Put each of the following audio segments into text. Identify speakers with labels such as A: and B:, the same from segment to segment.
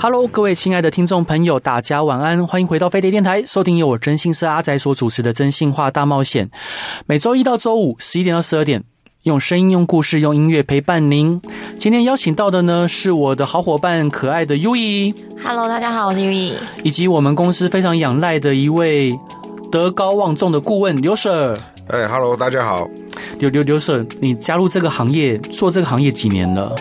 A: Hello，各位亲爱的听众朋友，大家晚安，欢迎回到飞碟电台，收听由我真心社阿仔所主持的《真心话大冒险》，每周一到周五十一点到十二点。用声音、用故事、用音乐陪伴您。今天邀请到的呢，是我的好伙伴可爱的 U E，
B: Hello，大家好，我是 U E。
A: 以及我们公司非常仰赖的一位德高望重的顾问刘 Sir。
C: 哎，Hello，大家好。
A: 刘刘刘 Sir，你加入这个行业，做这个行业几年了？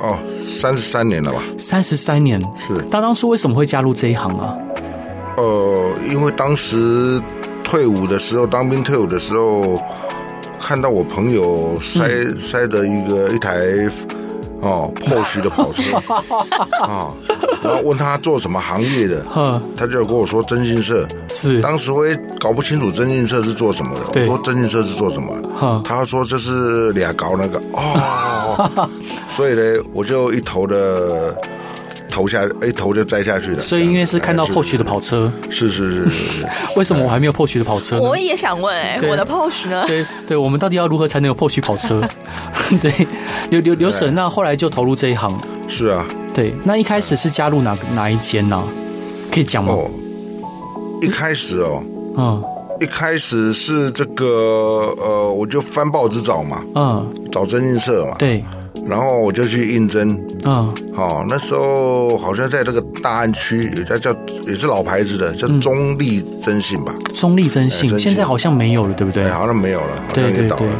C: 哦，三十三年了吧？
A: 三十三年。
C: 是。
A: 当当初为什么会加入这一行啊？
C: 呃，因为当时退伍的时候，当兵退伍的时候，看到我朋友塞、塞的一个一台哦 POS 的跑车啊、然后问他做什么行业的，
A: 呵，
C: 他就跟我说征信社。
A: 是，
C: 当时我也搞不清楚征信社是做什么的，
A: 对
C: 我说征信社是做什么的？
A: 呵，
C: 他说这是俩搞那个 哦，所以呢，我就一头的投下，一头就栽下去了。
A: 所以因为是看到 Porsche 的跑车，
C: 是是是是是，
A: 为什么我还没有 Porsche 的跑车呢
B: 我？也想问、哎，
A: 嗯对
B: 我的 POS 呢？
A: 对对，我们到底要如何才能有 Porsche 跑车？ 对，刘刘刘 Sir，那后来就投入这一行。
C: 是啊，
A: 对，那一开始是加入哪哪一间呢、可以讲吗？
C: 哦，一开始哦，
A: 嗯
C: 一开始是这个呃，我就翻报纸找嘛，
A: 嗯，
C: 找征信社嘛，
A: 对，
C: 然后我就去应征。
A: 嗯
C: 哦，那时候好像在这个大安区有一家叫也是老牌子的，
A: 嗯
C: 叫中立征信吧，
A: 中立征
C: 哎
A: 信
C: 征信
A: 现在好像没有了，对不对
C: 哎，？好像没有了，好像
A: 对
C: 也
A: 对
C: 倒
A: 对
C: 了，。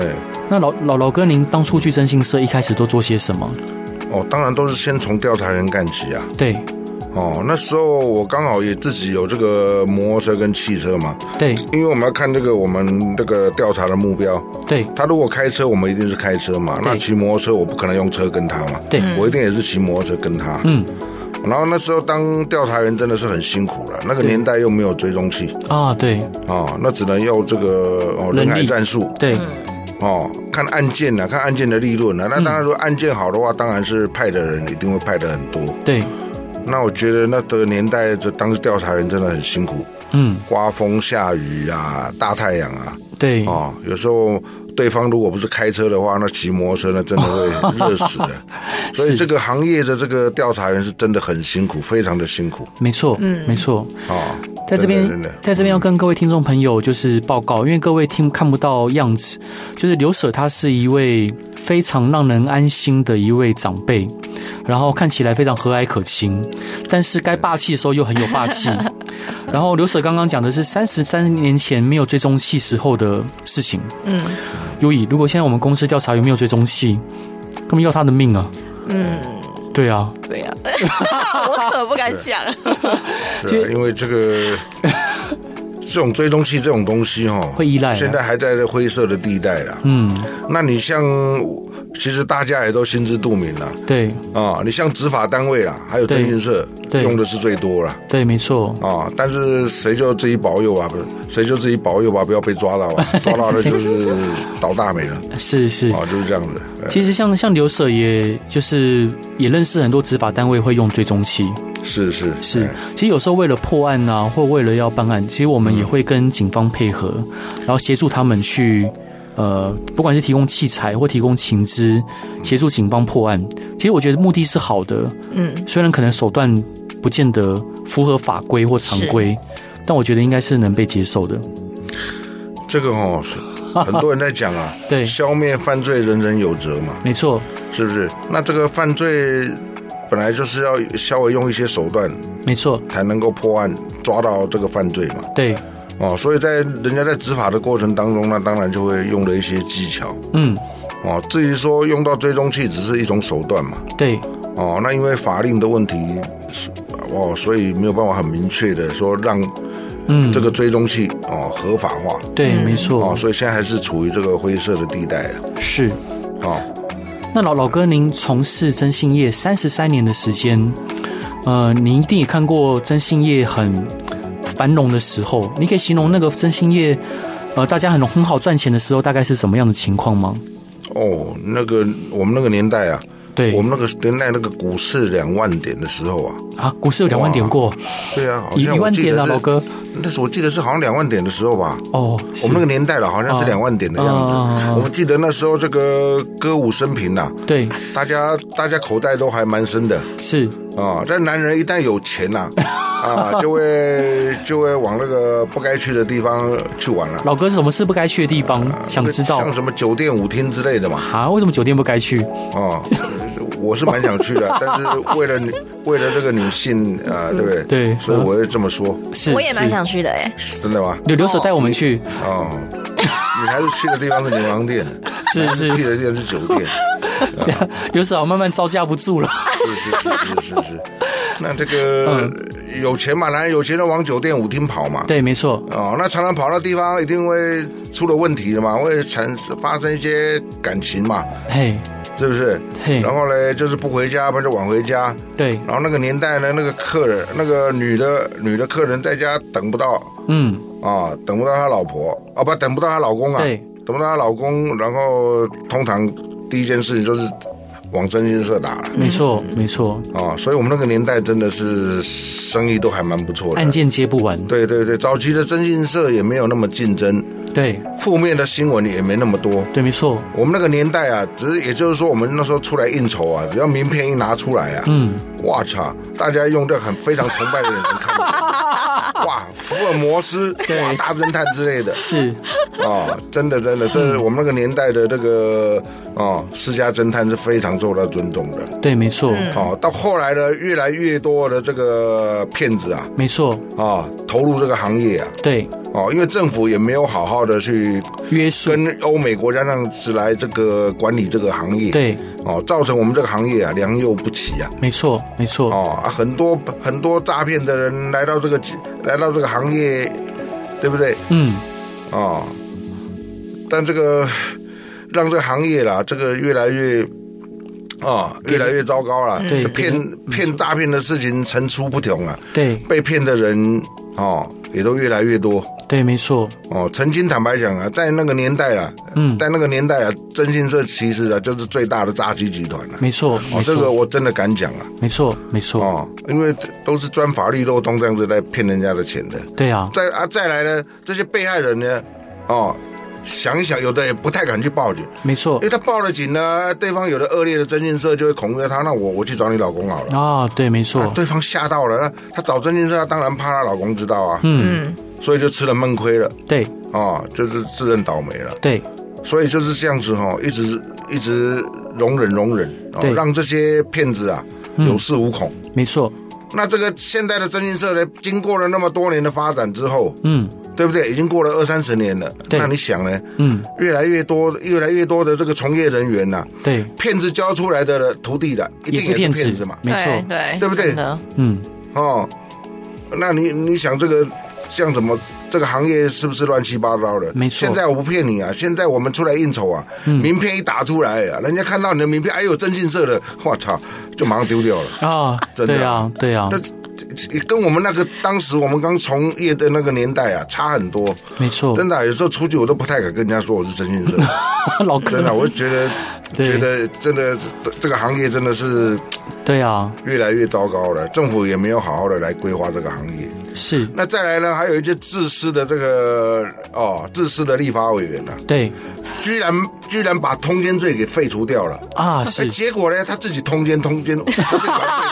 C: 哎。
A: 那老老老哥，您当初去征信社一开始都做些什么？
C: 哦，当然都是先从调查员干起啊。
A: 对
C: 哦，那时候我刚好也自己有这个摩托车跟汽车嘛，
A: 对
C: 因为我们要看这个我们这个调查的目标。
A: 对
C: 他如果开车，我们一定是开车嘛。那骑摩托车，我不可能用车跟他嘛，
A: 对，
C: 我一定也是骑摩托车跟他。
A: 嗯
C: 然后那时候当调查员真的是很辛苦了，那个年代又没有追踪器
A: 啊，对
C: 哦，那只能用这个哦
A: 人力
C: 人海战术
A: 对
C: 哦，看案件啊，看案件的利润啊。那当然，
A: 嗯
C: 如果案件好的话，当然是派的人一定会派的很多。
A: 对，
C: 那我觉得那个年代，这当时调查员真的很辛苦，
A: 嗯
C: 刮风下雨啊，大太阳啊，
A: 对
C: 哦，有时候对方如果不是开车的话，那骑摩托车那真的会热 死的。所以这个行业的这个调查员是真的很辛苦，非常的辛苦
A: 没错，没错。
C: 哦。
A: 在这边
C: 真的，
A: 在这边要跟各位听众朋友就是报告，因为各位听看不到样子，就是刘舍他是一位非常让人安心的一位长辈，然后看起来非常和蔼可亲，但是该霸气的时候又很有霸气。然后刘舍刚刚讲的是三十三年前没有追踪器时候的事情。
B: 嗯
A: 尤以，如果现在我们公司调查有没有追踪器，根本要他的命啊！
B: 嗯，
A: 对啊，
B: 对呀、 我可 不敢讲。
C: 真的对啊，因为这个这种追踪器这种东西哦，
A: 会依赖啊
C: 现在还在这灰色的地带啦。
A: 嗯，
C: 那你像，其实大家也都心知肚明了。
A: 对
C: 啊、你像执法单位啦，还有
A: 对
C: 征信社
A: 对
C: 用的是最多啦。
A: 对，没错，
C: 啊、但是谁就自己保佑啊，不是谁就自己保佑吧，不要被抓到 啊，抓到了就是倒大霉了
A: 是是。
C: 啊、就是这样子。呃
A: 其实像像刘舍，也就是也认识很多执法单位会用追踪器，
C: 是是
A: 是
C: 哎。
A: 其实有时候为了破案啊，或为了要办案，其实我们也会跟警方配合，然后协助他们去。呃，不管是提供器材或提供情资，协助警方破案，其实我觉得目的是好的，
B: 嗯，
A: 虽然可能手段不见得符合法规或常规，但我觉得应该是能被接受的。，
C: 这个哦，是很多人在讲啊
A: 对
C: 消灭犯罪人人有责嘛，
A: 没错，
C: 是不是？那这个犯罪本来就是要稍微用一些手段
A: 没错，
C: 才能够破案，抓到这个犯罪嘛。
A: 对，
C: 哦，所以在人家在执法的过程当中，那当然就会用了一些技巧。
A: 嗯，
C: 哦，至于说用到追踪器只是一种手段嘛，
A: 对，
C: 哦，那因为法令的问题，是哦，所以没有办法很明确的说让
A: 嗯，
C: 这个追踪器哦合法化，
A: 对，没
C: 哦，
A: 错，
C: 所以现在还是处于这个灰色的地带啊
A: 是。
C: 哦，
A: 那老老哥，您从事征信业三十三年的时间，呃，您一定也看过征信业很繁荣的时候，你可以形容那个真心业，呃，大家很很好赚钱的时候，大概是什么样的情况吗？
C: 哦，那个我们那个年代啊，
A: 对，
C: 我们那个年代那个股市两万点的时候啊，
A: 啊，股市有两万点过，
C: 对啊，好
A: 一
C: 像
A: 一
C: 我
A: 万
C: 记
A: 点
C: 得
A: 啊，
C: 是
A: 老，哥，
C: 但是我记得是好像两万点的时候吧，
A: 哦，
C: 我们那个年代了，好像是两万点的样子。
A: 啊
C: 我记得那时候这个歌舞升平啊呐、
A: 那对
C: 大家大家口袋都还蛮深的
A: 是
C: 啊。但男人一旦有钱呐、啊， 就会就会往那个不该去的地方去玩了、
A: 老哥，什么是不该去的地方？想知道
C: 像什么酒店、舞厅之类的嘛，
A: 啊？为什么酒店不该去？
C: 啊，我是蛮想 去的，但是为了女为了这个女性啊，对不对？
A: 对
C: 所以我会这么说，
A: 是，
B: 我也蛮
A: 是
B: 想去的哎，
C: 真的吗？
A: 刘刘手带我们去，
C: 哦，你还是去的地方是牛郎店，
A: 是是
C: 去的地方是酒店，
A: 刘手慢慢招架不住了。
C: 是是是是是是。那这个、
A: 嗯
C: 有钱嘛，男人有钱就往酒店、舞厅跑嘛。
A: 对，没错，
C: 哦，那常常跑到地方，一定会出了问题的嘛，会产发生一些感情嘛，
A: 嘿，
C: 是不是？
A: 嘿，
C: 然后呢，就是不回家，不然就晚回家。
A: 对，
C: 然后那个年代呢，那个客人，那个女的女的客人在家等不到
A: 嗯，
C: 啊，等不到她老婆啊，不等不到她老公啊，
A: 对，
C: 等不到她老公，然后通常第一件事情就是往征信社打了
A: 没错，没错，
C: 啊，所以我们那个年代真的是生意都还蛮不错的
A: 案。件接不完，
C: 对对对，早期的征信社也没有那么竞争，
A: 对，
C: 负面的新闻也没那么多。
A: 对，没错，
C: 我们那个年代啊，只是也就是说，我们那时候出来应酬啊，只要名片一拿出来啊，
A: 嗯，
C: 哇操！大家用这很非常崇拜的眼神看着 你，哇，福尔摩斯，
A: 对
C: 哇，大侦探之类的
A: 是，
C: 啊、真的真的，这是我们那个年代的这个啊、私家侦探是非常受到尊重的
A: 对，没错，
C: 哦。到后来呢，越来越多的这个骗子啊
A: 没错，
C: 啊、投入这个行业啊
A: 对，
C: 哦，因为政府也没有好好的去
A: 约束，
C: 跟欧美国家那样子来这个管理这个行业，
A: 对，
C: 哦，造成我们这个行业啊良莠不齐啊。
A: 没错，没错，
C: 哦，啊很多很多诈骗的人来到这个来到这个行业，对不对？
A: 嗯，
C: 哦，但这个让这个行业啦，这个越来越啊、越来越糟糕了。
A: 对嗯
C: 这骗骗诈骗的事情层出不穷啊，
A: 对，
C: 被骗的人哦也都越来越多。
A: 对，没错，
C: 哦，曾经坦白讲啊，在那个年代啊，
A: 嗯
C: 在那个年代啊，征信社其实啊就是最大的诈欺集团了、
A: 没错，嗯
C: 哦
A: 没，
C: 这个
A: 错，
C: 我真的敢讲啊。
A: 没错，没错，
C: 哦，因为都是钻法律漏洞这样子来骗人家的钱的。
A: 对啊，
C: 再啊，再来呢，这些被害人呢，哦，想一想，有的也不太敢去报警，
A: 没错
C: 因，为他报了警呢，啊对方有的恶劣的征信社就会恐吓他，那我我去找你老公好了。
A: 啊，对，没
C: 啊
A: 错，
C: 对方吓到了，啊那他找征信社，他当然怕她老公知道啊，
A: 嗯，
B: 嗯，
C: 所以就吃了闷亏了，
A: 对，
C: 哦，就是自认倒霉了。
A: 对，
C: 所以就是这样子哈、哦，一直一直容忍容忍，哦
A: 对，嗯
C: 让这些骗子啊有恃无恐。
A: 没错，
C: 那这个现代的征信社呢，经过了那么多年的发展之后，
A: 嗯，
C: 对不对？已经过了二三十年了。
A: 对
C: 那你想呢？
A: 嗯，
C: 越来越多、越来越多的这个从业人员呐、
A: 对，
C: 骗子教出来的徒弟的，一定
A: 也
C: 也是
A: 是
C: 骗
A: 骗子
C: 子嘛，，
A: 没
B: 对
A: 错，
B: 对，
C: 对不对
B: 真的
A: 嗯，
C: 哦。那你你想这个像怎么这个行业是不是乱七八糟的？
A: 没错嗯
C: 现在我不骗你啊，现在我们出来应酬啊，名片一打出来啊，人家看到你的名片，哎呦，征信社的，我操，就马上丢掉了。
A: 啊，
C: 真的
A: 对啊，对啊
C: 那，跟我们那个当时我们刚从业的那个年代啊，差很多。
A: 没错，
C: 真的啊、有时候出去我都不太敢跟人家说我是征信社，
A: 老哥，
C: 真的啊，我就觉得
A: 对
C: 觉得真的这个行业真的是
A: 对啊，
C: 越来越糟糕了，政府也没有好好的来规划这个行业。
A: 是，
C: 那再来呢，还有一些自私的这个哦，自私的立法委员呢、啊，
A: 对
C: 居然居然把通奸罪给废除掉了。
A: 啊，
C: 哎
A: 是，
C: 结果呢，他自己通奸通奸，他自己把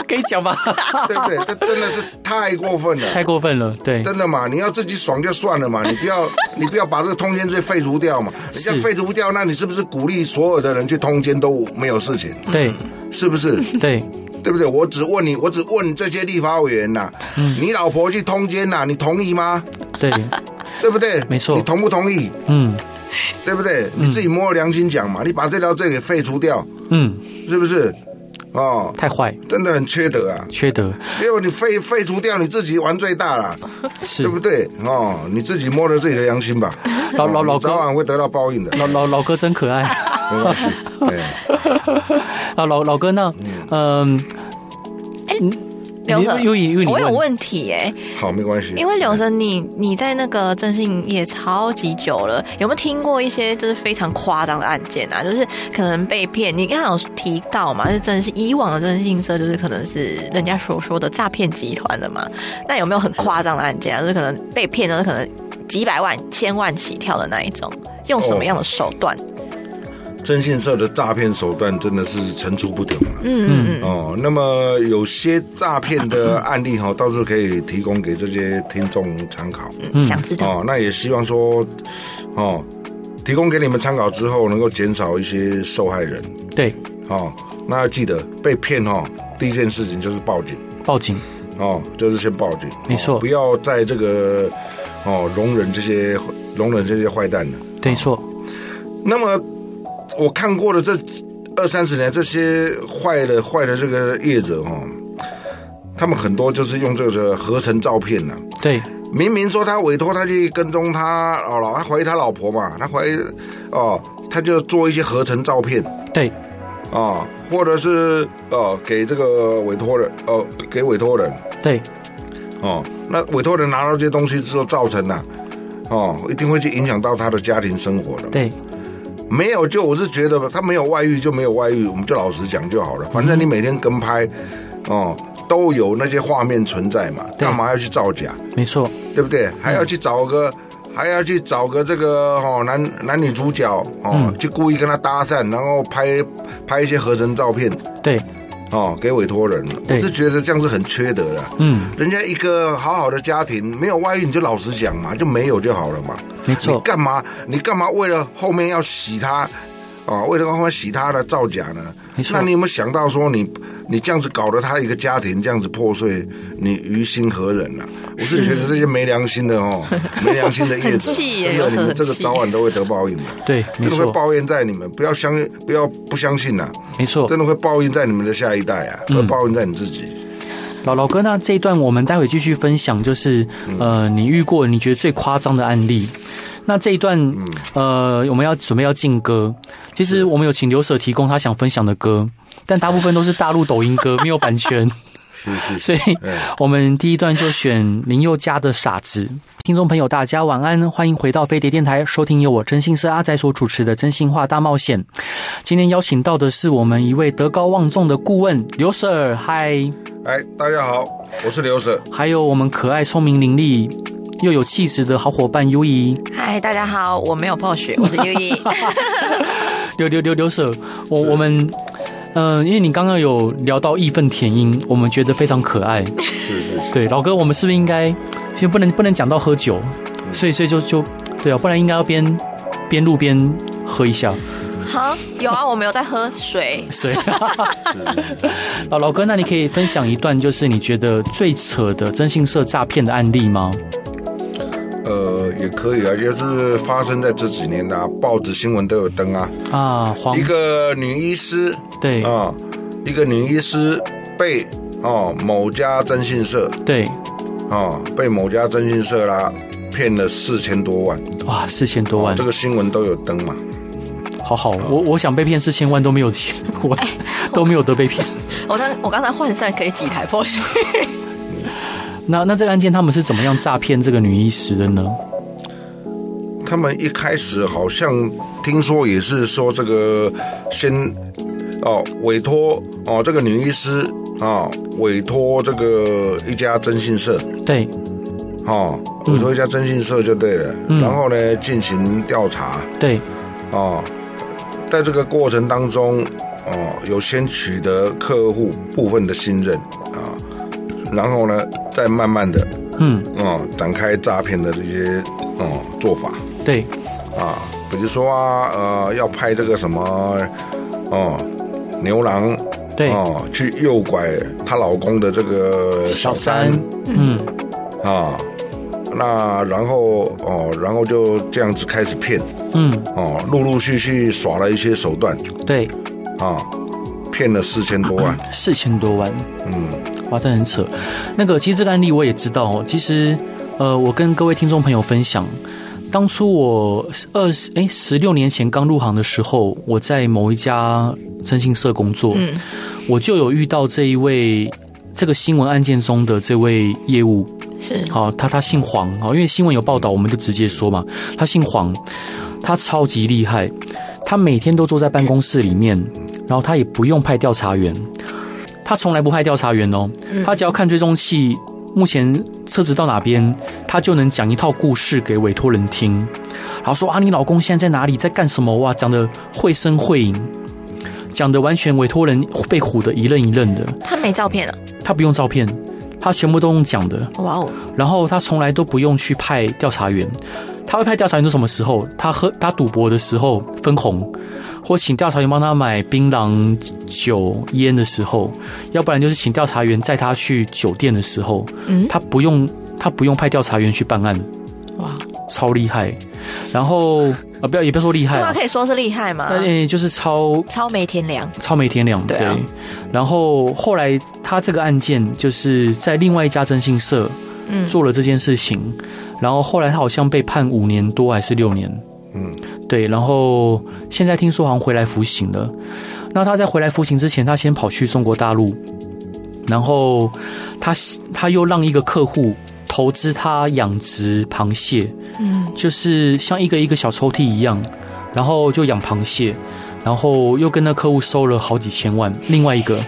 A: 可以讲吧？
C: 他自己 对不对？这真的是太过 分了。
A: 太过分了，对，
C: 真的嘛？你要自己爽就算了嘛，你不要你不要把这个通奸罪废除掉嘛。人
A: 是
C: 家废除掉，那你是不是鼓励所有的人去通奸都没有事情？
A: 对，
C: 是 不是？
A: 对，
C: 对不对？我只问你，我只问这些立法委员呐、
A: 嗯
C: 你老婆去通奸啊呐、你同意吗？
A: 对，
C: 对不对？
A: 没错
C: 你同不同意？
A: 嗯
C: 对不对？你自己摸着良心讲嘛，你把这条罪给废除掉，
A: 嗯，
C: 是不是？哦，
A: 太坏，
C: 真的很缺德啊！
A: 缺德，
C: 结果你废废除掉，你自己玩最大了，
A: 是
C: 对不对？哦，你自己摸着自己的良心吧。哦
A: 老老老
C: 你早
A: 哥，
C: 晚会得到报应的，
A: 老老老哥真可爱啊！
C: 没关系。 哎，
A: 老老哥那，嗯，
B: 哎
A: 嗯
B: 刘神，
A: 因为因为你
B: 我有
A: 问
B: 问题哎、
C: 好，没关系。
B: 因为柳神你你在那个征信也超级久了，有没有听过一些就是非常夸张的案件啊？就是可能被骗，你刚刚有提到嘛，是真的是以往的征信社就是可能是人家所说的诈骗集团的嘛？那有没有很夸张的案件啊？就是可能被骗的可能几百万、千万起跳的那一种，用什么样的手段？
C: 征信社的诈骗手段真的是层出不穷啊。
B: 嗯嗯
C: 哦，那么有些诈骗的案例哈、到时候可以提供给这些听众参考。
B: 嗯，想知道。
C: 哦，那也希望说，哦，提供给你们参考之后，能够减少一些受害人。
A: 对，
C: 哦，那要记得被骗哦，第一件事情就是报警
A: 报警，
C: 哦，就是先报警，
A: 没错
C: 哦不要在这个哦容忍这些容忍这些坏蛋了。
A: 对错，
C: 那么我看过的这二三十年，这些坏的坏的这个业者哦，他们很多就是用这个合成照片啊呐、
A: 对
C: 明明说他委托他去跟踪他哦，老他怀疑他老婆嘛，他怀疑哦，他就做一些合成照片
A: 对
C: 啊、哦，或者是哦给这个委托人哦给委托人
A: 对
C: 哦，那委托人拿到这些东西之后，造成了、哦一定会去影响到他的家庭生活的。
A: 对，
C: 没有就我是觉得他没有外遇就没有外遇，我们就老实讲就好
A: 嗯
C: 了，反正你每天跟拍哦都有那些画面存在嘛，
A: 对
C: 干嘛要去造假？
A: 没错，
C: 对不
A: 嗯
C: 对？还要去找个，还要去找个这个哦男男女主角哦，
A: 嗯
C: 去故意跟他搭讪，然后拍拍一些合成照片
A: 对，
C: 哦给委托人。我
A: 对
C: 是觉得这样是很缺德的。
A: 嗯，
C: 人家一个好好的家庭，没有外遇你就老实讲嘛，就没有就好了嘛。
A: 没
C: 你
A: 错，
C: 干嘛？你干嘛为了后面要洗他？啊、为了后面洗他的造假呢？
A: 没错
C: 那你有没有想到说你你这样子搞得他一个家庭这样子破碎，你于心何忍啊？我是觉得这些没良心的 哦，没良心的业
B: 很
C: 者，
B: 气耶
C: 真
B: 有
C: 的
B: 时
C: 你
B: 候
C: 们
B: 很
C: 这个
B: 气
C: 早晚都会得报应的，
A: 对，没
C: 真的会
A: 错，
C: 报应在你们，不要相不要不相信呐、
A: 没错。
C: 真的会报应在你们的下一代啊，会报应在你自己。
A: 老老哥，那这一段我们待会继续分享，就是呃，你遇过你觉得最夸张的案例。那这一段，呃，我们要准备要进歌。其实我们有请刘舍提供他想分享的歌，但大部分都是大陆抖音歌，没有版权，
C: 是是
A: 所以
C: 哎
A: 我们第一段就选林宥嘉的《傻子》。听众朋友，大家晚安，欢迎回到飞碟电台，收听由我真心社阿仔所主持的《真心话大冒险》。今天邀请到的是我们一位德高望重的顾问刘舍，嗨。
C: 哎，大家好，我是刘舍，
A: 还有我们可爱、聪明伶俐又有气质的好伙伴优怡，
B: 嗨，大家好，我没有暴雪，我是优 一。
A: 刘刘刘刘舍，我我们。嗯、因为你刚刚有聊到义愤填膺，我们觉得非常可 爱。
C: 是是是，
A: 对，老哥，我们是不是应该就不能不能讲到喝酒？
C: 嗯
A: 所以所以就就对啊，不然应该要边边录边喝一 下
B: 好，有啊，我没有在喝水。
A: 水。 老老哥，那你可以分享一段就是你觉得最扯的征信社诈骗的案例吗？
C: 呃，也可以啊，就是发生在这几年的、啊、报纸新闻都有登啊。
A: 啊，黄
C: 一个女医师
A: 对
C: 啊、一个女医师被哦某家征信社
A: 对，
C: 啊、被某家征信社啦骗了四千多万，
A: 哇，四千多万
C: 这，个新闻都有登嘛。
A: 好好，我我想被骗四千万都没有钱，我 都没有得被骗。
B: 哎我刚我刚才换算可以几台破雪？
A: 那那这个案件他们是怎么样诈骗这个女医师的呢？
C: 他们一开始好像听说也是说这个先哦委托哦这个女医师啊、委托这个一家征信社
A: 对
C: 哦委托一家征信社就对了，
A: 嗯
C: 然后呢进行调查。
A: 对
C: 哦，在这个过程当中，哦，有先取得客户部分的信任啊、然后呢，再慢慢的
A: 嗯
C: 哦展开诈骗的这些哦做法
A: 对
C: 啊，比如说啊，呃，要派这个什么哦牛郎
A: 对
C: 哦去诱拐她老公的这个小三
A: 嗯
C: 啊。那然后哦，然后就这样子开始骗
A: 嗯
C: 哦，陆陆续续耍了一些手段，
A: 对，
C: 啊，骗了四千多万。
A: 四千多万，
C: 嗯，
A: 哇，这很扯。那个其实这个案例我也知道哦，其实呃，我跟各位听众朋友分享。当初我二十哎十六年前刚入行的时候，我在某一家征信社工作，
B: 嗯，
A: 我就有遇到这一位这个新闻案件中的这位业务，
B: 是
A: 好、哦他他姓黄，好、因为新闻有报道，我们就直接说嘛，他姓黄，他超级厉害，他每天都坐在办公室里面，然后他也不用派调查员，他从来不派调查员哦，他只要看追踪器。目前车子到哪边，他就能讲一套故事给委托人听，然后说啊，你老公现在在哪里，在干什么？哇，讲的绘声绘影，讲的完全委托人被唬得一愣一愣的。
B: 他没照片啊，
A: 他不用照片，他全部都用讲的。
B: 哇哦，
A: 然后他从来都不用去派调查员，他会派调查员都什么时候？他喝他赌博的时候分红，或请调查员帮他买槟榔、酒、烟的时候，要不然就是请调查员载他去酒店的时候，
B: 嗯
A: 他不用他不用派调查员去办案，
B: 哇，
A: 超厉害。然后啊，不要也不要说厉害
B: 对啊，
A: 啊，
B: 可以说是厉害嘛
A: 那，呃就是超
B: 超没天良，
A: 超没天良，
B: 对啊
A: 然后后来他这个案件就是在另外一家征信社
B: 嗯，
A: 做了这件事情，然后后来他好像被判五年多还是六年，
C: 嗯，
A: 对，然后现在听说好像回来服刑了。那他在回来服刑之前，他先跑去中国大陆，然后他他又让一个客户投资他养殖螃蟹，
B: 嗯，
A: 就是像一个一个小抽屉一样，然后就养螃蟹，然后又跟那客户收了好几千万。另外一个，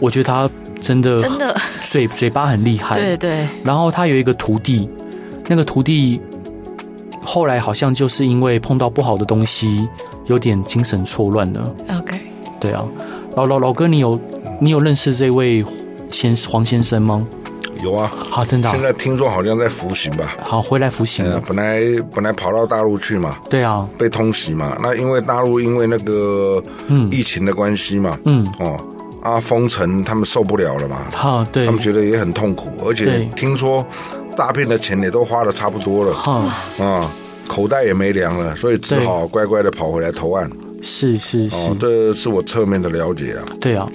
A: 我觉得他真的
B: 真的，
A: 嘴嘴巴很厉害，
B: 对对，
A: 然后他有一个徒弟，那个徒弟后来好像就是因为碰到不好的东西，有点精神错乱了。
B: OK，
A: 对啊，老老老哥，你有你有认识这位先黄先生吗？
C: 有啊，
A: 好、真的啊、
C: 现在听说好像在服刑 吧？
A: 好回来服刑
C: 呃
A: 了。
C: 本来本来跑到大陆去嘛，
A: 对啊，
C: 被通缉嘛。那因为大陆因为那个
A: 嗯
C: 疫情的关系嘛，
A: 嗯，
C: 哦，啊封城，他们受不了了嘛，
A: 好、对
C: 他，们觉得也很痛苦，而且
A: 对
C: 听说诈骗的钱也都花的差不多了
A: 好、
C: 啊。口袋也没粮了，所以只
A: 对
C: 好乖乖的跑回来投案。
A: 是是是。
C: 哦，这是我侧面的了解啊。
A: 对啊，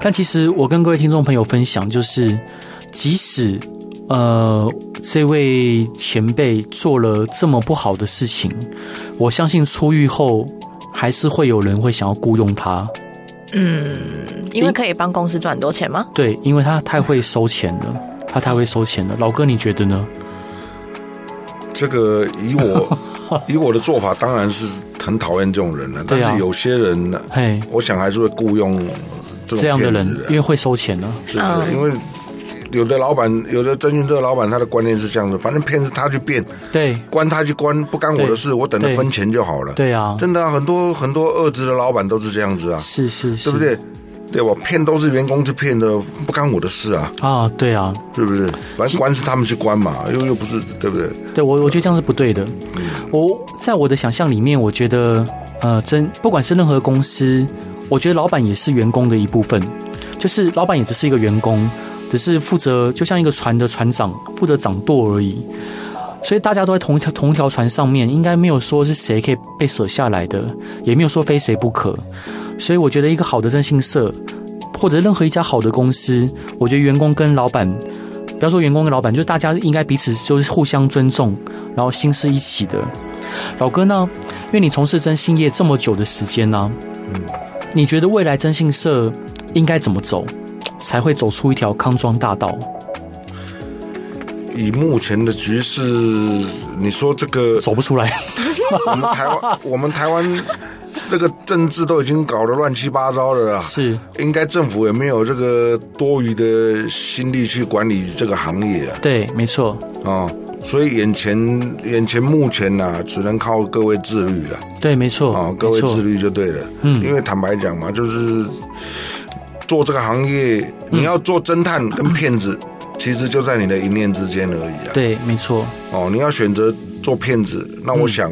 A: 但其实我跟各位听众朋友分享，就是即使呃这位前辈做了这么不好的事情，我相信出狱后还是会有人会想要雇佣他。
B: 嗯，因为可以帮公司赚很多钱吗？
A: 对，因为他太会收钱了，他太会收钱了。老哥，你觉得呢？
C: 这个以 我以我的做法，当然是很讨厌这种人了。但
A: 对啊
C: 是有些人呢，
A: 嘿，
C: 我想还是会雇佣这种
A: 这样的人
C: 骗子，
A: 因为会收钱呢。
C: 是不
B: 嗯
C: 是？因为有的老板，有的征信社老板，他的观念是这样子，反正骗是他去变，
A: 对，
C: 关他去关，不干我
A: 对
C: 的事，我等着
A: 对
C: 分钱就好了。
A: 对啊，
C: 真的啊很多很多恶质的老板都是这样子啊，
A: 是是是，
C: 对不？对？对吧？骗都是员工去骗的，不干我的事啊，
A: 啊，对啊，
C: 是不是？反正关是他们去关嘛，又又不是，对不对？
A: 对我，我觉得这样是不对的。我在我的想象里面，我觉得，呃，真不管是任何公司，我觉得老板也是员工的一部分，就是老板也只是一个员工，只是负责就像一个船的船长，负责掌舵而已。所以大家都在同一条同一条船上面，应该没有说是谁可以被舍下来的，也没有说非谁不可。所以我觉得一个好的征信社，或者任何一家好的公司，我觉得员工跟老板不要说员工跟老板，就是大家应该彼此就是互相尊重，然后心是一起的。老哥呢，因为你从事征信业这么久的时间呢、你觉得未来征信社应该怎么走，才会走出一条康庄大道？
C: 以目前的局势，你说这 个
A: 走不出来，
C: 我们台湾，我们台湾这个政治都已经搞得乱七八糟了啦，
A: 是
C: 应该政府也没有这个多余的心力去管理这个行业啊，
A: 对，没错，
C: 哦所以眼前眼前目前呢、啊，只能靠各位自律啊了，
A: 对，没错，
C: 哦，各
A: 嗯没
C: 位
A: 错
C: 自，律就对了，
A: 嗯
C: 因为坦白讲嘛，就是做这个行业，你要做侦探跟骗子，其实就在你的一念之间而已啊，
A: 对，没错，
C: 哦，你要选择做骗子，那
A: 嗯
C: 我想，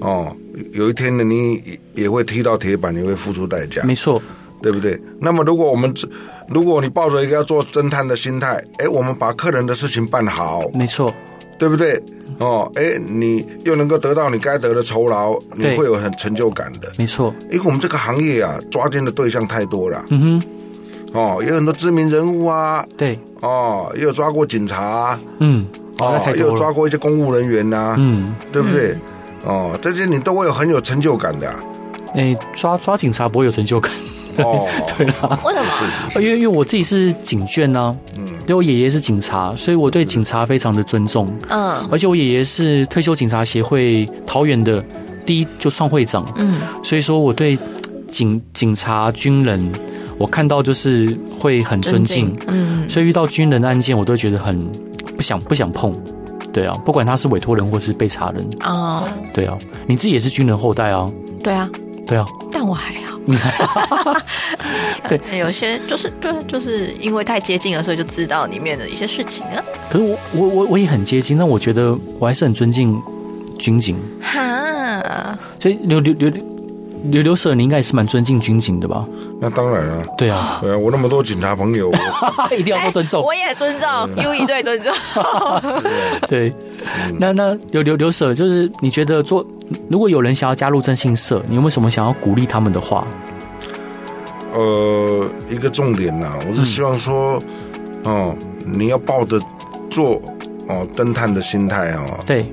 C: 哦，有一天呢，你也会踢到铁板，你会付出代价，
A: 没错，
C: 对不对？那么，如果我们只如果你抱着一个要做侦探的心态，哎，我们把客人的事情办好，
A: 没错，
C: 对不对？哦，哎，你又能够得到你该得的酬劳，你
A: 对
C: 会有很成就感的。
A: 没错，
C: 因为我们这个行业啊，抓奸的对象太多了，
A: 嗯哼，
C: 哦，有很多知名人物啊，
A: 对，
C: 哦，也有抓过警察啊，
A: 嗯，哦，那
C: 哦，
A: 太
C: 也
A: 多
C: 有抓
A: 了，
C: 过一些公务人员呐、
A: 嗯，
C: 对不对？哦，这些你都会有很有成就感的啊、
A: 哎，抓抓警察不会有成就感，
C: 哦，
A: 对啦，
B: 为什么？
A: 因为因为我自己是警眷呐、嗯，因为我爷爷是警察，所以我对警察非常的尊重，
B: 嗯
A: 而且我爷爷是退休警察协会桃园的第一就创会长，
B: 嗯，
A: 所以说我对警警察、军人，我看到就是会很尊敬，，
B: 嗯，
A: 所以遇到军人的案件，我都会觉得很不想不想碰。对啊，不管他是委托人或是被查人，
B: 哦，
A: 对啊，你自己也是军人后代啊，
B: 对啊，
A: 对啊，
B: 但我还好。
A: 对，
B: 有些就是对，啊就是因为太接近了，所以就知道里面的一些事情啊。
A: 可是我我我我也很接近，但我觉得我还是很尊敬军警，
B: 哈，
A: 所以刘刘刘刘刘舍，你应该也是蛮尊敬军警的吧？
C: 那当然啊，
A: 对 啊，
C: 对啊，我那么多警察 朋友，我
A: 一定要说尊重。
B: 我也尊重，优以最 尊重。
A: 对，
C: 嗯
A: 那那刘刘刘舍，就是你觉得做，如果有人想要加入征信社，你有没有什么想要鼓励他们的话？
C: 呃，一个重点呐、我是希望说，
A: 嗯
C: 哦，你要抱着做哦侦探的心态哦，
A: 对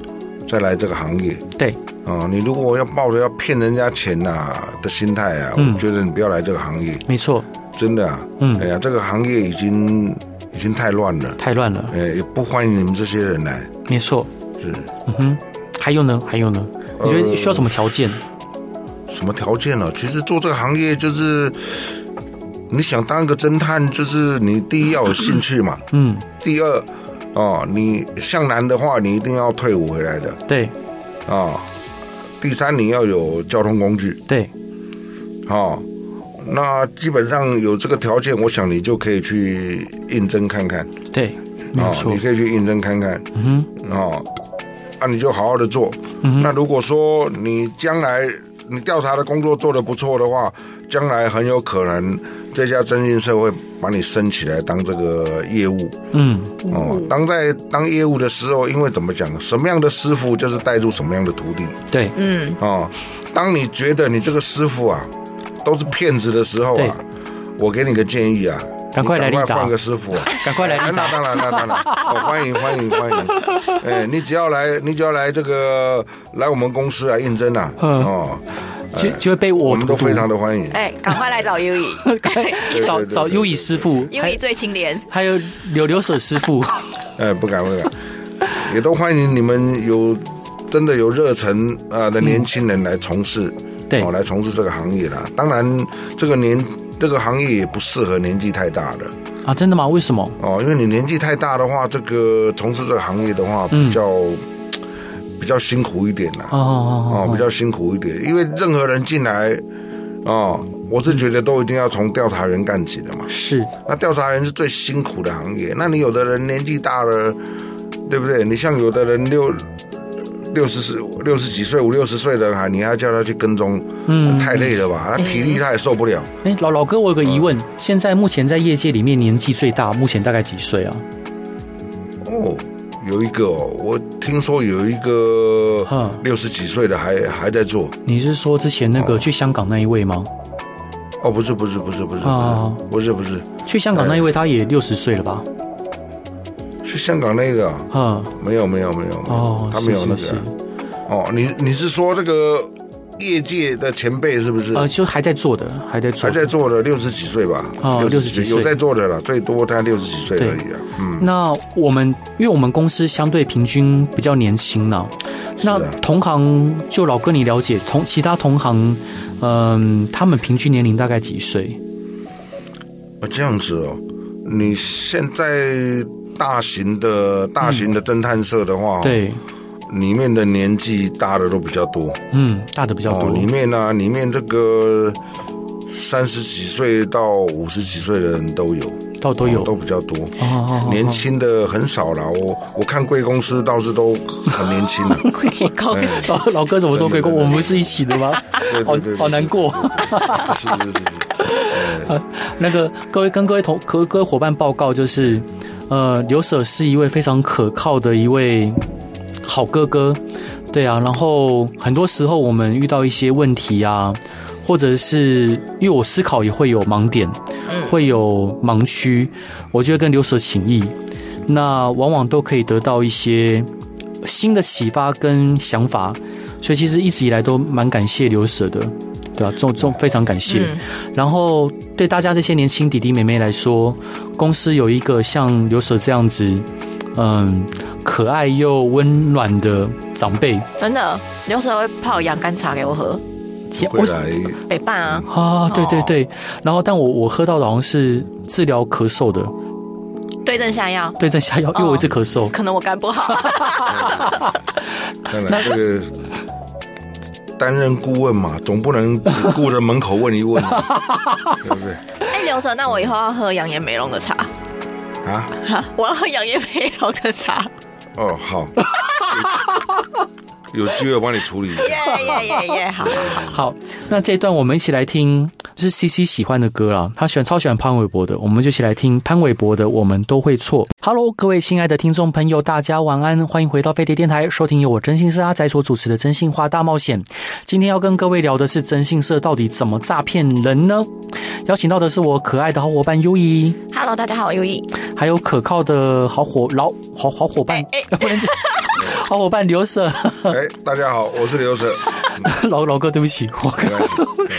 C: 再来这个行业
A: 对，
C: 哦。你如果要抱着要骗人家钱呐、的心态啊，
A: 嗯
C: 我觉得你不要来这个行业，
A: 没错，
C: 真的啊，
A: 嗯
C: 哎呀，这个行业已经已经太乱了，
A: 太乱了，
C: 哎，也不欢迎你们这些人来，
A: 没错。
C: 是
A: 嗯哼，还有呢？还有呢？
C: 呃
A: 你觉得需要什么条件？
C: 什么条件呢、其实做这个行业就是。你想当一个侦探，就是你第一要有兴趣嘛，
A: 嗯，
C: 第二，哦，你向南的话，你一定要退伍回来的
A: 对
C: 啊、第三，你要有交通工具
A: 对，
C: 啊、哦。那基本上有这个条件，我想你就可以去应征看看
A: 对，没
C: 啊、哦
A: 错
C: 你。可以去应征看看
A: 嗯哼，嗯
C: 啊、哦。那、你就好好的做。那如果说你将来你调查的工作做得不错的话，将来很有可能这家征信社会把你升起来当这个业务。
A: 嗯，
C: 哦，当在当业务的时候，因为怎么讲，什么样的师傅就是带入什么样的徒弟
A: 对
B: 嗯，
C: 哦。当你觉得你这个师傅啊都是骗子的时候
A: 对
C: 啊，我给你个建议啊，
A: 赶快
C: 你
A: 来
C: 赶
A: 立
C: 快
A: 达
C: 换个师 傅啊。
A: 赶快来
C: 哎
A: 领
C: 那
A: 导。
C: 当然，那当然，哦，欢迎欢迎欢迎！哎，你只要来，你只要来这个来我们公司啊应征啊，
A: 嗯
C: 哦，
A: 就就会被
C: 我
A: 我
C: 们都
A: 荼毒
C: 非常的欢迎。
B: 哎，赶快来找优 以，
C: 对
A: 找
C: 对对
A: 找
C: 对
A: 优以师傅，
B: 优以
A: 还
B: E 最清廉。
A: 还有刘刘舍师 傅，
C: 哎，不敢不 敢，也都欢迎你们有真的有热忱啊的年轻人来从事，
A: 对
C: 哦，来从事这个行业啦。当然，这个年这个行业也不适合年纪太大的
A: 啊，真的吗？为什么？
C: 哦，因为你年纪太大的话，这个从事这个行业的话，
A: 嗯
C: 比较、比较辛苦一点啦。
A: 哦哦
C: 哦，比
A: 哦，
C: 较辛苦一点，因为任何人进来，哦，我是觉得都一定要从调查员干起的嘛。
A: 是，
C: 那调查员是最辛苦的行业。那你有的人年纪大了，对不对？你像有的人六六十岁、六十几岁、五六十岁的哈，你还要叫他去跟踪，
A: 嗯，
C: 太累了吧？他体力他也受不了。
A: 哎，老老哥，我有个疑
C: 嗯
A: 问，现在目前在业界里面年纪最大，目前大概几岁啊？
C: 哦，有一个哦，我听说有一个
A: 嗯
C: 六十几岁的还还在做。
A: 你是说之前那个去香港那一位吗？
C: 哦，不是不是不是不是
A: 哦
C: 不是不是
A: 去香港那一位他也六十岁了吧？
C: 不是，是香港那个啊
A: 嗯，
C: 没有没有没有没
A: 哦
C: 有，，他
A: 是
C: 没有那
A: 是是
C: 个啊哦。你你是说这个业界的前辈是不是？
A: 呃，就还在做的，还在做
C: 还。在做的六十几岁吧，
A: 哦
C: 几
A: 60几岁
C: 有在做的了，最多他六十几岁而已啊。嗯，
A: 那我们因为我们公司相对平均比较年轻呢、那
C: 是啊的
A: 同行就老哥你了解同其他同行，嗯、他们平均年龄大概几岁？
C: 哦这样子哦，你现在大型的大型的侦探社的话，，
A: 对，
C: 里面的年纪大的都比较多
A: 嗯，大的比较
C: 哦
A: 多，，
C: 里面呢、里面这个三十几岁到五十几岁的人都有，
A: 倒都有
C: 哦。都比较多。
A: 哦哦哦
C: 年轻的很少啦，我我看贵公司倒是都很年轻 了。
B: 贵公
C: 哎
B: 司，
A: 老老哥怎么说？
C: 对
A: 贵公，
C: 对对
A: 我们不是一起的吗？
C: 对
A: 好
C: 对对，
A: 好难过。
C: 是是是是，
A: 那个各位跟各位同各各位伙伴报告，就是，呃，刘舍是一位非常可靠的一位好哥哥，对啊。然后很多时候我们遇到一些问题啊，或者是因为我思考也会有盲点，会有盲区，我就会跟刘舍请益，那往往都可以得到一些新的启发跟想法。所以其实一直以来都蛮感谢刘舍的，对啊，重重非常感谢。
B: 嗯
A: 然后对大家这些年轻弟弟妹妹来说，公司有一个像刘舍这样子，嗯，可爱又温暖的长辈
B: 真的，有时候会泡洋甘茶给我喝，
C: 会来
B: 北半啊，
A: 啊，对对对。然后，但我我喝到的好像是治疗咳嗽的
B: 对症下药，
A: 对症下药，因为我一直咳嗽。
B: 可能我肝不 好，
C: 当然这个担任顾问嘛，总不能只顾 着门口问一问，对不对？
B: 哎，刘哲，那我以后要喝养颜美容的茶，
C: 啊，
B: 哈我要喝养颜美容的茶，
C: 哦，好，有有机会我帮你处理一下。
B: 耶耶耶耶，好，好好
A: 好，那这一段我们一起来听，就是 C C 喜欢的歌啦，他喜欢超喜欢潘玮柏的，我们就一起来听潘玮柏的《我们都会错》。Hello，各位亲爱的听众朋友，大家晚安，欢迎回到飞碟电台，收听由我真心社阿仔所主持的《真心话大冒险》。今天要跟各位聊的是真心社到底怎么诈骗人呢？邀请到的是我可爱的好伙伴优怡，
B: ，Hello，大家好，我优一，
A: 还有可靠的好伙老好好伙伴， 好伙伴刘舍
C: 哎，大家好，我是刘神。
A: 老老哥，对不起，我
C: 没关系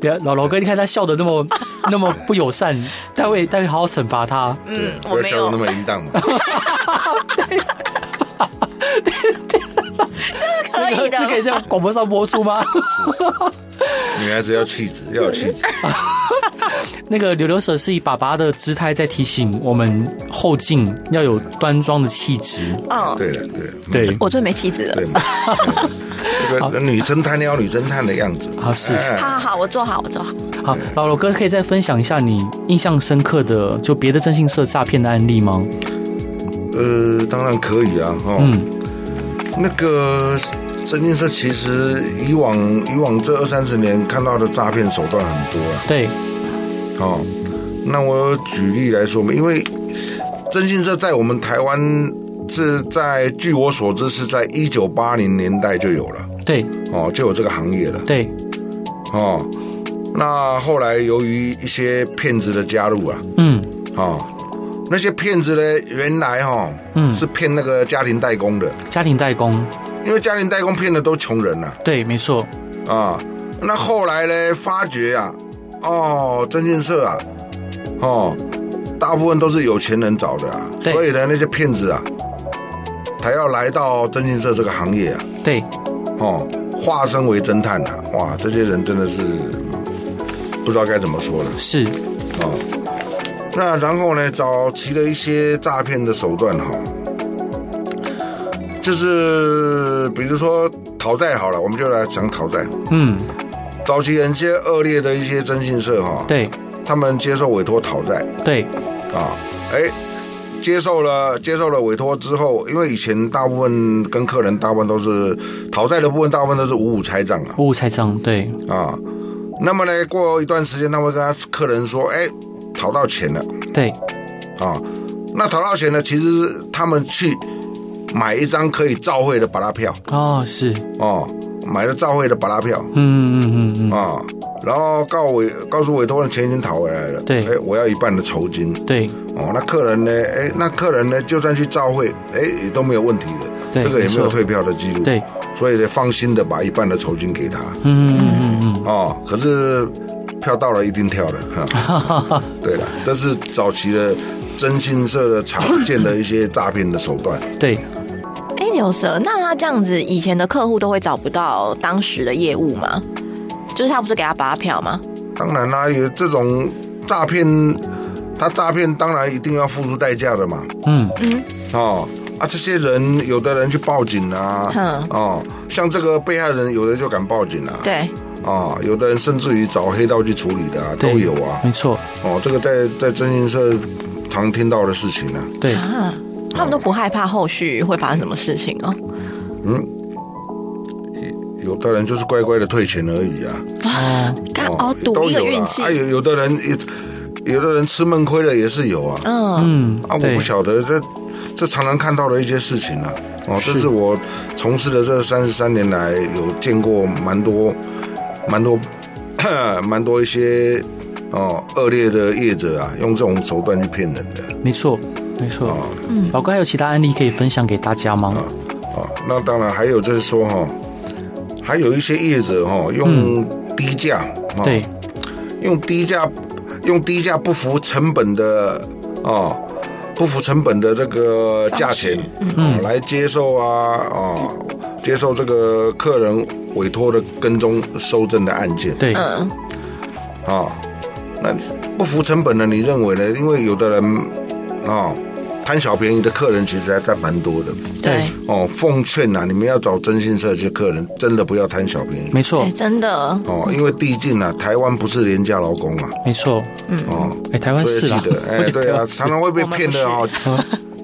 A: 别老老哥，你看他笑的那么 那么不友善，待会待会好好惩罚他。
C: 对
B: 嗯，
C: 不
B: 我
C: 要
B: 没
C: 笑
B: 有
C: 得那，么淫荡嘛。
B: 可以
A: 这可以
B: 的，
A: 在广播上播出吗？
C: 女孩子要气质，要有气质。
A: 那个柳柳舍是以爸爸的姿态在提醒我们后进要有端庄的气质。
B: 嗯，
C: 对了，对了，嗯
A: 对，
B: 我最没妻子了。
C: 对嘛。对这个女侦探要女侦探的样子
A: 啊是
B: 好
C: 哎
B: 好好，我做好，我做好。
A: 好，老老哥可以再分享一下你印象深刻的就别的征信社诈骗的案例吗？
C: 呃，当然可以啊，哈。
A: 嗯
C: 那个真金社其实以往以往这二三十年看到的诈骗手段很多啊，
A: 对，
C: 哦，那我举例来说嘛，因为征信社在我们台湾是在据我所知是在一九八零年代就有了，
A: 对，
C: 哦，就有这个行业了，
A: 对，
C: 哦，那后来由于一些骗子的加入啊，
A: 嗯
C: 哦，那些骗子呢，原来哈、哦、
A: 嗯，
C: 是骗那个家庭代工的，
A: 家庭代工，
C: 因为家庭代工骗的都穷人呐、
A: 对，没错，
C: 啊，那后来呢，发觉啊，哦，征信社啊，哦，大部分都是有钱人找的啊，
A: 对
C: 所以呢，那些骗子啊，才要来到征信社这个行业啊，
A: 对，
C: 哦，化身为侦探啊，哇，这些人真的是不知道该怎么说了
A: 是，
C: 哦。那然后呢，早期的一些诈骗的手段哈、就是比如说讨债好了，我们就来讲讨债。
A: 嗯，
C: 早期人一些恶劣的一些征信社哈，
A: 对，
C: 他们接受委托讨债
A: 对，
C: 啊，哎，接受了接受了委托之后，因为以前大部分跟客人大部分都是讨债的部分，大部分都是五五拆账啊
A: 五五拆账，对，
C: 啊，那么呢，过一段时间他会跟他客人说，哎，讨到钱了
A: 对，
C: 啊，那讨到钱呢，其实是他们去买一张可以召回的巴拉票
A: 哦，是，
C: 哦，买了召回的巴拉票，
A: 嗯嗯嗯嗯，
C: 啊，然后告委告诉委托人钱已经讨回来了，
A: 对
C: 哎，我要一半的酬金
A: 嗯对，
C: 哦。那客人呢？哎，那客人呢？就算去照会，哎，也都没有问题的，
A: 对
C: 这个也没
A: 没
C: 有
A: 错
C: 退票的记录，
A: 对，
C: 所以得放心的把一半的酬金给他
A: 嗯嗯嗯嗯，
C: 哦。可是票到了一定跳了，哈，
A: 哈哈哈，
C: 对了，这是早期的征信社的常见的一些诈骗的手段。
A: 嗯对，
B: 哎，牛舌，那他这样子，以前的客户都会找不到当时的业务吗？就是他不是给他发票吗？
C: 当然啦、也这种诈骗，他诈骗当然一定要付出代价的嘛。
A: 嗯，
C: 哦啊，这些人有的人去报 警啊，
B: 嗯
C: 哦，像这个被害人，有的就敢报警啊，
B: 对，
C: 啊、有的人甚至于找黑道去处理的、啊、都
A: 对
C: 有啊，
A: 没错，
C: 哦，这个在在征信社常听到的事情啊，
A: 对，
B: 啊，他们都不害怕后续会发生什么事情哦。
C: 有的人就是乖乖的退钱而已啊，
A: 哦，
B: 刚
C: 哦
B: 哦，，赌
C: 都
B: 一个
C: 有
B: 运
C: 啦，
B: 气
C: 啊，，有有的人有有的人吃闷亏的也是有啊，
B: 嗯，
A: 嗯，
C: 啊，我
A: 对
C: 不，晓得这这常常看到的一些事情啊，哦，这是我从事的这三十三年来有见过蛮多蛮多 蛮多一些哦恶劣的业者啊，用这种手段去骗人的
A: 没错，没错，
C: 啊
A: 老哥还有其他案例可以分享给大家吗？
C: 哦。那当然还有就是说哈、还有一些业者哈、哦，用低价，哦
A: 对，
C: 用低价，用低价不符成本的哦，不符成本的这个价钱，嗯、来接受啊，哦，接受这个客人委托的跟踪收证的案件，
A: 对，
B: 嗯，
C: 啊、那不符成本的，你认为呢？因为有的人啊、贪小便宜的客人其实还占蛮多的
B: 对，
C: 哦。奉劝呐、你们要找征信社这些客人，真的不要贪小便宜
A: 没错
B: 哎，真的，
C: 哦，因为毕竟啊，台湾不是廉价劳工啊，
A: 没错，
C: 哦，
A: 哎，台湾
C: 所以
A: 是
C: 记
A: 啦
C: 得，，
A: 我
C: 哎，
A: 觉得
C: 对啊，常常会被骗的哦。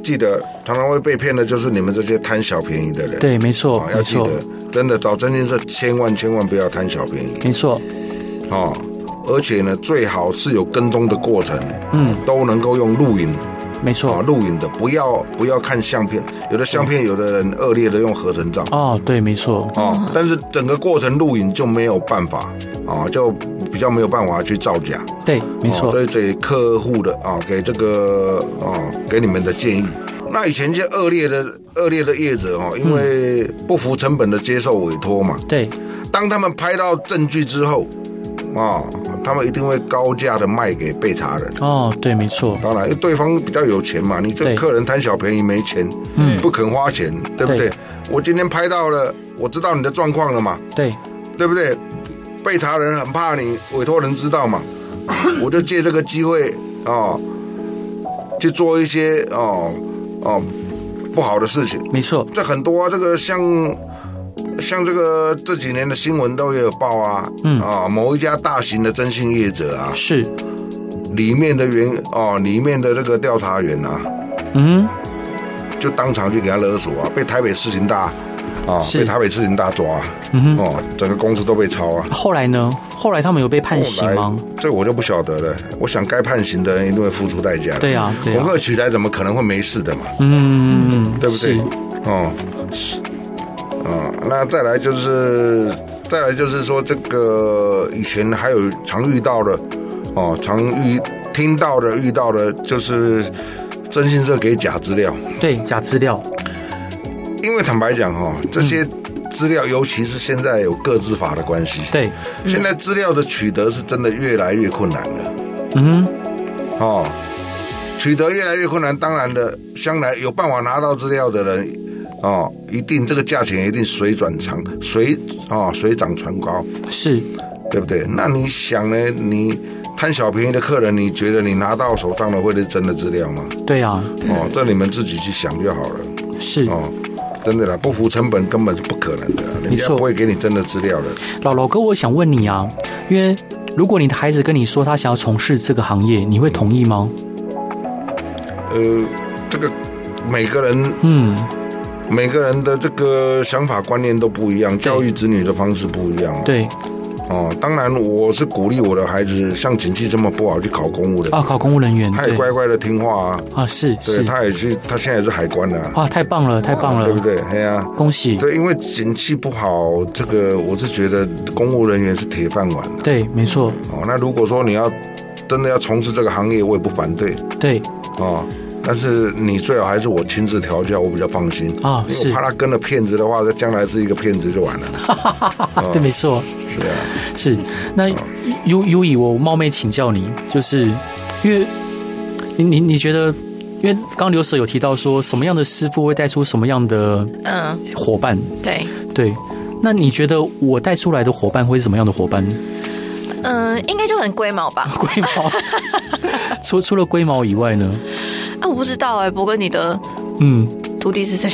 C: 记得常常会被骗的，就是你们这些贪小便宜的人。
A: 对，没错
C: 哦，，
A: 没
C: 要记
A: 错
C: 得，，真的找征信社，千万千万不要贪小便宜。
A: 没错，嗯
C: 哦，而且呢，最好是有跟踪的过程，嗯，都能够用录影
A: 没
C: 啊，
A: 错，
C: 录影的，不要不要看相片，有的相片有的人恶劣的用合成照
A: 哦，对，没错，
C: 哦，但是整个过程录影就没有办法啊，就比较没有办法去造假，
A: 对，没
C: 哦
A: 错，
C: 所以这客户的啊，给这个啊，给你们的建议。那以前一些恶劣的恶劣的业者
A: 嗯
C: 哦，因为不服成本的接受委托嘛，
A: 对，
C: 当他们拍到证据之后，啊、他们一定会高价的卖给被查人。
A: 哦，对，没错，
C: 当然，因为对方比较有钱嘛，你这
A: 对
C: 客人贪小便宜没钱，嗯，不肯花钱，对不对？
A: 对
C: 我今天拍到了，我知道你的状况了嘛，
A: 对，
C: 对不对？被查人很怕你，委托人知 道嘛，我就借这个机会哦，去做一些哦哦不好的事情。
A: 没错，
C: 这很多啊，这个像像这个这几年的新闻都也有报啊，
A: 嗯
C: 啊，某一家大型的征信业者啊，
A: 是，
C: 里面的员哦，里面的这个调查员啊，
A: 嗯，
C: 就当场就给他勒索啊，被台北市刑大啊，
A: 是嗯
C: 被台北市刑大抓、啊，
A: 哼
C: 哦，整个公司都被抄啊。
A: 后来呢？后来他们有被判刑
C: 后来
A: 吗？
C: 这我就不晓得了。我想该判刑的人一定会付出代价的。
A: 对啊对啊
C: 恐吓取来怎么可能会没事的嘛？
A: 嗯，
C: 对不对
A: 是？
C: 哦，啊、那再来就是，再来就是说，这个以前还有常遇到的，哦，常遇听到的遇到的，就是征信社给假资料，
A: 对，假资料，
C: 因为坦白讲哈、哦，这些资料，尤其是现在有个资法的关系，
A: 嗯对，
C: 现在资料的取得是真的越来越困难了。
A: 嗯，
C: 哦，取得越来越困难。当然的，将来有办法拿到资料的人，哦，一定这个价钱一定水转长水啊、水涨船高，
A: 是，
C: 对不对？那你想呢？你贪小便宜的客人，你觉得你拿到手上的会是真的资料吗？
A: 对啊，
C: 哦，这你们自己去想就好了。
A: 是。
C: 哦，真的啦，不服成本根本是不可能的，人
A: 没
C: 家
A: 错
C: 不会给你真的资料的。
A: 老老哥，我想问你啊，因为如果你的孩子跟你说他想要从事这个行业，你会同意吗？
C: 呃，这个每个人
A: 嗯，
C: 每个人的这个想法观念都不一样，教育子女的方式不一样嘛。
A: 对，
C: 哦，当然我是鼓励我的孩子，像景气这么不好去考公务的，
A: 啊，考公务人员，
C: 他也
A: 对，
C: 乖乖的听话啊。
A: 啊，是
C: 对，
A: 是，
C: 他也去，他现在也是海关啊，
A: 啊，太棒了，太棒
C: 对不
A: 了，
C: 对？哎呀、
A: 恭喜，
C: 对，因为景气不好，这个我是觉得公务人员是铁饭碗的、
A: 对，没错，
C: 哦，那如果说你要真的要从事这个行业，我也不反对
A: 对，
C: 哦。但是你最好还是我亲自调教，我比较放心
A: 啊
C: 因为
A: 是
C: 我怕他跟了骗子的话，他将来是一个骗子就完了。
A: 啊，
C: 哦
A: 对，没错，
C: 是啊，
A: 是。那优优以，我冒昧请教你，就是因为你你你觉得，因为刚刚刘 Sir 有提到说，什么样的师傅会带出什么样的
B: 嗯，
A: 伙伴，
B: 对。
A: 对。那你觉得我带出来的伙伴会是什么样的伙伴？
B: 嗯，应该就很龟毛吧？
A: 龟毛，除除了龟毛以外呢？
B: 啊，我不知道哎、不过你的
A: 嗯，
B: 徒弟是谁？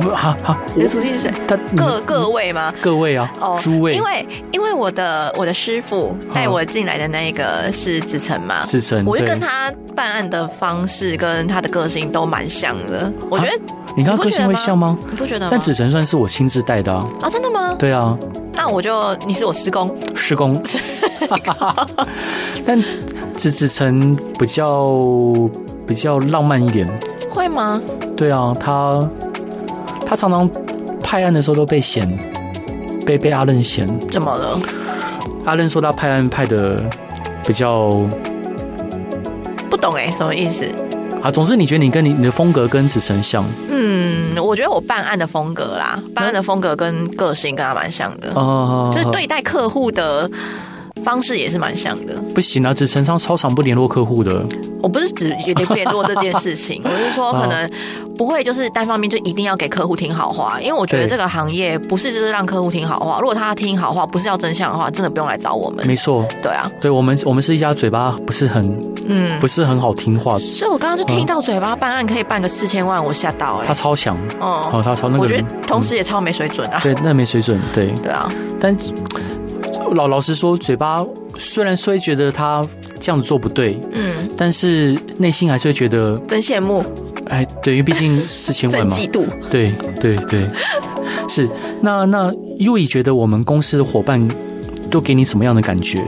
A: 不哈哈，
B: 你的
A: 我
B: 徒弟是谁？
A: 他
B: 各各位吗？哦
A: 各位啊，诸位
B: 因，为因为我的我的师傅带
A: 嗯
B: 我进来的那一个是子晨嘛，
A: 子晨
B: 我就
A: 对
B: 跟他办案的方式跟他的个性都蛮像的，我觉得
A: 你刚刚
B: 不
A: 个
B: 觉
A: 性
B: 得
A: 会
B: 吗嗯
A: 像吗？
B: 你不觉得吗？
A: 啊但子晨算是我亲自带的啊，
B: 啊，真的吗？
A: 对啊，
B: 那我就你是我师公，
A: 施工。 但子子晨比较比较浪漫一点，
B: 会吗？
A: 对啊，他他常常派案的时候都被嫌，被被阿任嫌。
B: 怎么了？
A: 阿任说他派案派的比较
B: 不懂哎、什么意思？
A: 啊，总之你觉得你跟你你的风格跟子晨像
B: 嗯，我觉得我办案的风格啦，办案的风格跟个性跟他蛮像的，
A: 嗯哦，
B: 就是对待客户的方式也是蛮像的。
A: 不行啊，子晨上超常不联络客户的，
B: 我不是指联联络这件事 情，我是说可能不会就是单方面就一定要给客户听好话，因为我觉得
A: 对
B: 这个行业不是就是让客户听好话，如果他听好话不是要真相的话，真的不用来找我们。
A: 没错，
B: 对啊，
A: 对我们我们是一家嘴巴不是很
B: 嗯，
A: 不是很好听话，
B: 所以我刚刚就听到嘴巴办案可以办个四千万，我吓到哎、
A: 他超强，哦，
B: 哦，
A: 他超那个
B: 我觉
A: 人，
B: 得同时也超没水准啊。
A: 对，那没水准，对，
B: 对啊，
A: 但老老实说，嘴巴虽然虽觉得他这样子做不对，
B: 嗯，
A: 但是内心还是会觉得，
B: 真羡慕，
A: 哎，对，因为毕竟四千万
B: 真
A: 嘛，
B: 嫉妒。
A: 对对对，是。那那又以觉得我们公司的伙伴都给你什么样的感觉？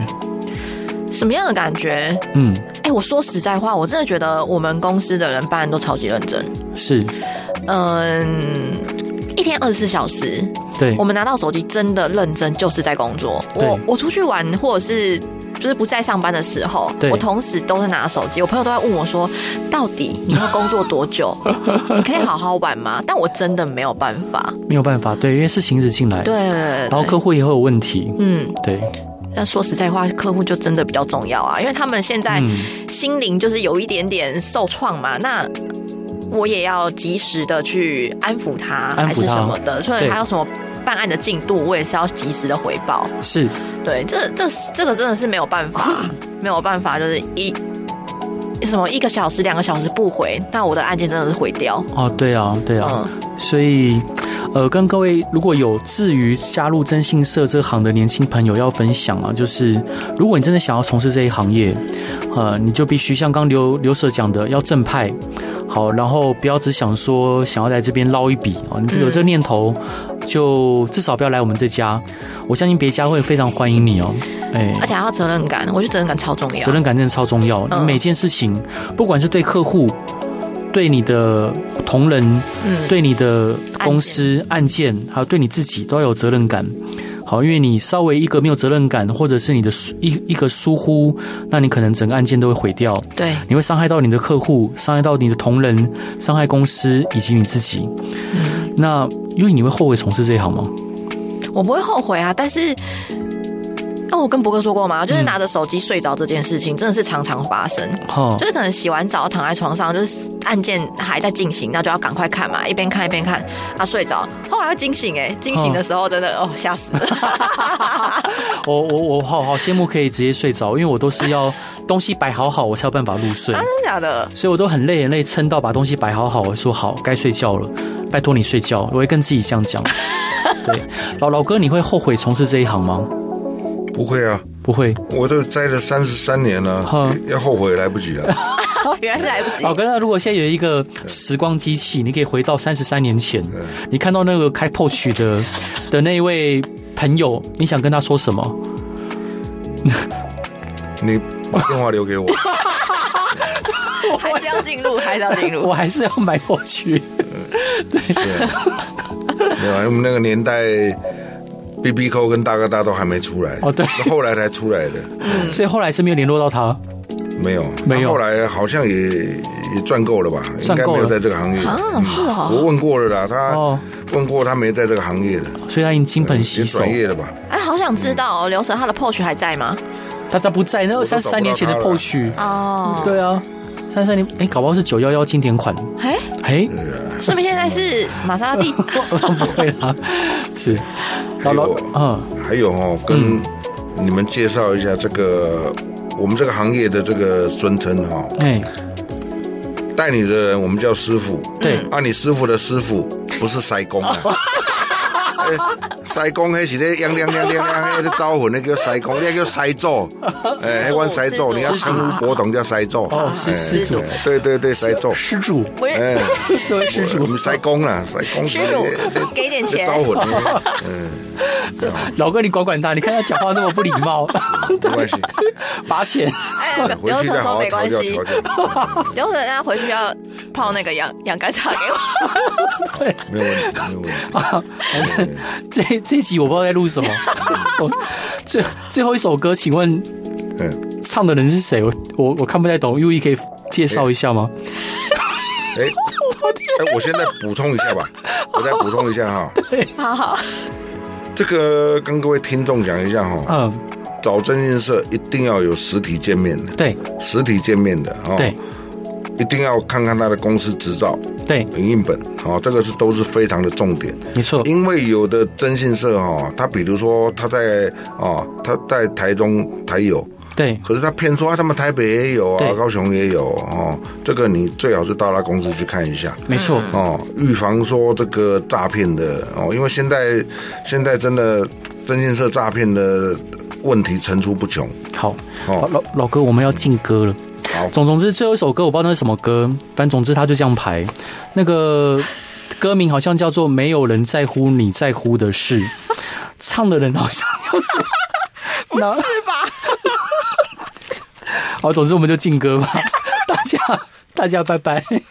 B: 什么样的感觉？
A: 嗯，
B: 哎、我说实在话，我真的觉得我们公司的人办案都超级认真。
A: 是
B: 嗯，一天二十四小时，
A: 对
B: 我，们拿到手机真的认真就是在工作。我
A: 对
B: 我出去玩或者是。就是不是在上班的时候
A: 对，
B: 我同时都在拿手机。我朋友都在问我说：“到底你要工作 多久？你可以好好玩吗？”但我真的没有办法。
A: 没有办法，对，因为事情一直进来，
B: 对，，然
A: 哎然后客户也会有问题，
B: 嗯，
A: 对，
B: 那说实在话，客户就真的比较重要啊，因为他们现在
A: 嗯
B: 心灵就是有一点点受创嘛。那我也要及时的去安抚他，
A: 安抚他
B: 还是什么的，所以
A: 对
B: 还有什么办案的进度，我也是要及时的回报。
A: 是
B: 对，这这这个真的是没有 办法，没有办法，就是一。什么一个小时、两个小时不回，那我的案件真的是毁掉。
A: 哦，对啊，对啊，
B: 嗯，
A: 所以，呃，跟各位如果有至于加入征信社这行的年轻朋友要分享啊，就是如果你真的想要从事这一行业，呃，你就必须像刚刘刘社讲的，要正派。好，然后不要只想说想要在这边捞一笔啊，你有
B: 嗯
A: 这个念头，就至少不要来我们这家。我相信别家会非常欢迎你哦。哎，
B: 而且还要责任感，我觉得责任感超重要。
A: 责任感真的超重要。你
B: 嗯
A: 每件事情，不管是对客户、对你的同仁、
B: 嗯，
A: 对你的公司案件，还有对你自己都要有责任感。好，因为你稍微一个没有责任感，或者是你的疏一一个疏忽，那你可能整个案件都会毁掉，
B: 对，
A: 你会伤害到你的客户，伤害到你的同仁，伤害公司以及你自己。那因为你会后悔从事这一行吗？
B: 我不会后悔啊，但是。那、我跟博哥说过嘛，
A: 嗯
B: 就是拿着手机睡着这件事情，真的是常常发生。
A: 哈
B: 就，是可能洗完澡躺在床上，就是案件还在进行，那就要赶快看嘛，一边看一边看，啊睡着，后来又惊醒哎、惊醒的时候真的哦吓死了，
A: 我我我好好羡慕可以直接睡着，因为我都是要东西摆好好，我才有办法入睡。
B: 真的假的？
A: 所以我都很累很累，撑到把东西摆好好，我说好该睡觉了，拜托你睡觉，我会跟自己这样 讲。对，老老哥，你会后悔从事这一行吗？
C: 不会啊，
A: 不会，
C: 我都栽了三十三年了
A: 哈，
C: 要后悔也来不及 了。
B: 原来是来不及
A: 老，哥，那如果现在有一个时光机器，你可以回到三十三年前，你看到那个开 POCH 的的那一位朋友，你想跟他说什么？
C: 你把电话 留给我，
B: 还是要进 入，还是要进入
A: 我。还是要买 POCH。
C: 对啊，没有啊，我们那个年代，B B 扣跟大哥大都还没出来，
A: 哦对
C: 是后来才出来的，
A: 所以后来是没有联络到他，
C: 没有，
A: 没有
C: 他后来好像也也赚够了吧，应
A: 赚
C: 该
A: 够
C: 没有
A: 了
C: 在这个行业。嗯
B: 啊，是
C: 我
B: 哦，
C: 问过了啦，他
A: 哦
C: 问过他没在这个行业的，
A: 所以他已经金盆洗
C: 嗯也
A: 手。
C: 转业了吧？
B: 哎，好想知道哦刘神他的 POS 还在吗？
A: 大家不在，那
C: 我
A: 二
C: 都
A: 三
C: 找不到
A: 三年前的
C: 他了
A: POCH，
B: 哦，，
A: 对啊，三三年，哎，搞不好是九幺幺经典款，
B: 哎，
A: 哎。
C: 啊
B: 说明现在是玛莎拉蒂，
A: 不会啦，是老
C: 还
A: 老
C: 有
A: 嗯
C: 还有哦，跟你们介绍一下这个我们这个行业的这个尊称哦哈，
A: 哎
C: 带你的人我们叫师傅，
A: 对
C: 啊，你师傅的师傅不是塞工啊。哎塞工迄是咧，亮亮亮亮亮，迄个招魂，那叫塞工，那叫塞咒，哎，迄款塞咒，你要称呼博董叫塞咒，
A: 哦是
C: 哎
A: 施主
C: 对对对，塞咒，
A: 施主，
B: 我也
C: 哎，
A: 这位施主
C: 我 们，塞工啦，塞工，
B: 师傅给点钱
C: 哎招魂，嗯，
A: 老哥你管管他，你看他讲话那么不礼貌，
C: 没关系，
A: 罚钱。
B: 哎，
C: 回
B: 刘
C: 去
B: 神
C: 再好
B: 说
C: 好
B: 没
C: 调
B: 关
C: 教
B: 系
C: 调，教。
B: 然后等他回去要泡那个养养肝茶给我。
C: 没有问题，没有问题。
A: 这这集我不知道在录什么，从最最后一首歌，请问
C: 嗯，
A: 唱的人是谁？我我我看不太懂，U E 可以介绍一下吗？
C: 哎，哎，我现在补充一下吧，我再补充一下哈，
B: 好 好，
C: 这个跟各位听众讲一下哈，
A: 嗯，
C: 找征信社一定要有实体见面的，
A: 对
C: 实体见面的哦，
A: 对，
C: 一定要看看他的公司执照、
A: 对，
C: 影印本，哦，这个是都是非常的重点。
A: 没错，
C: 因为有的征信社哦，他比如说他在哦，他在台中台有，
A: 对
C: 可是他骗说啊，他们台北也有啊
A: 对，
C: 高雄也有哦，这个你最好是到他公司去看一下。
A: 没错，
C: 哦，预防说这个诈骗的哦，因为现在现在真的征信社诈骗的问题层出不穷。啊
A: 好，老
C: 哦
A: 老老哥，我们要进歌了。
C: 好
A: 总总之最后一首歌我不知道那是什么歌，反正总之他就这样排，那个 歌名好像叫做《没有人在乎你在乎的事》，唱的人好像就是，那
B: 是吧？
A: 好，总之我们就进歌吧，大家大家拜拜。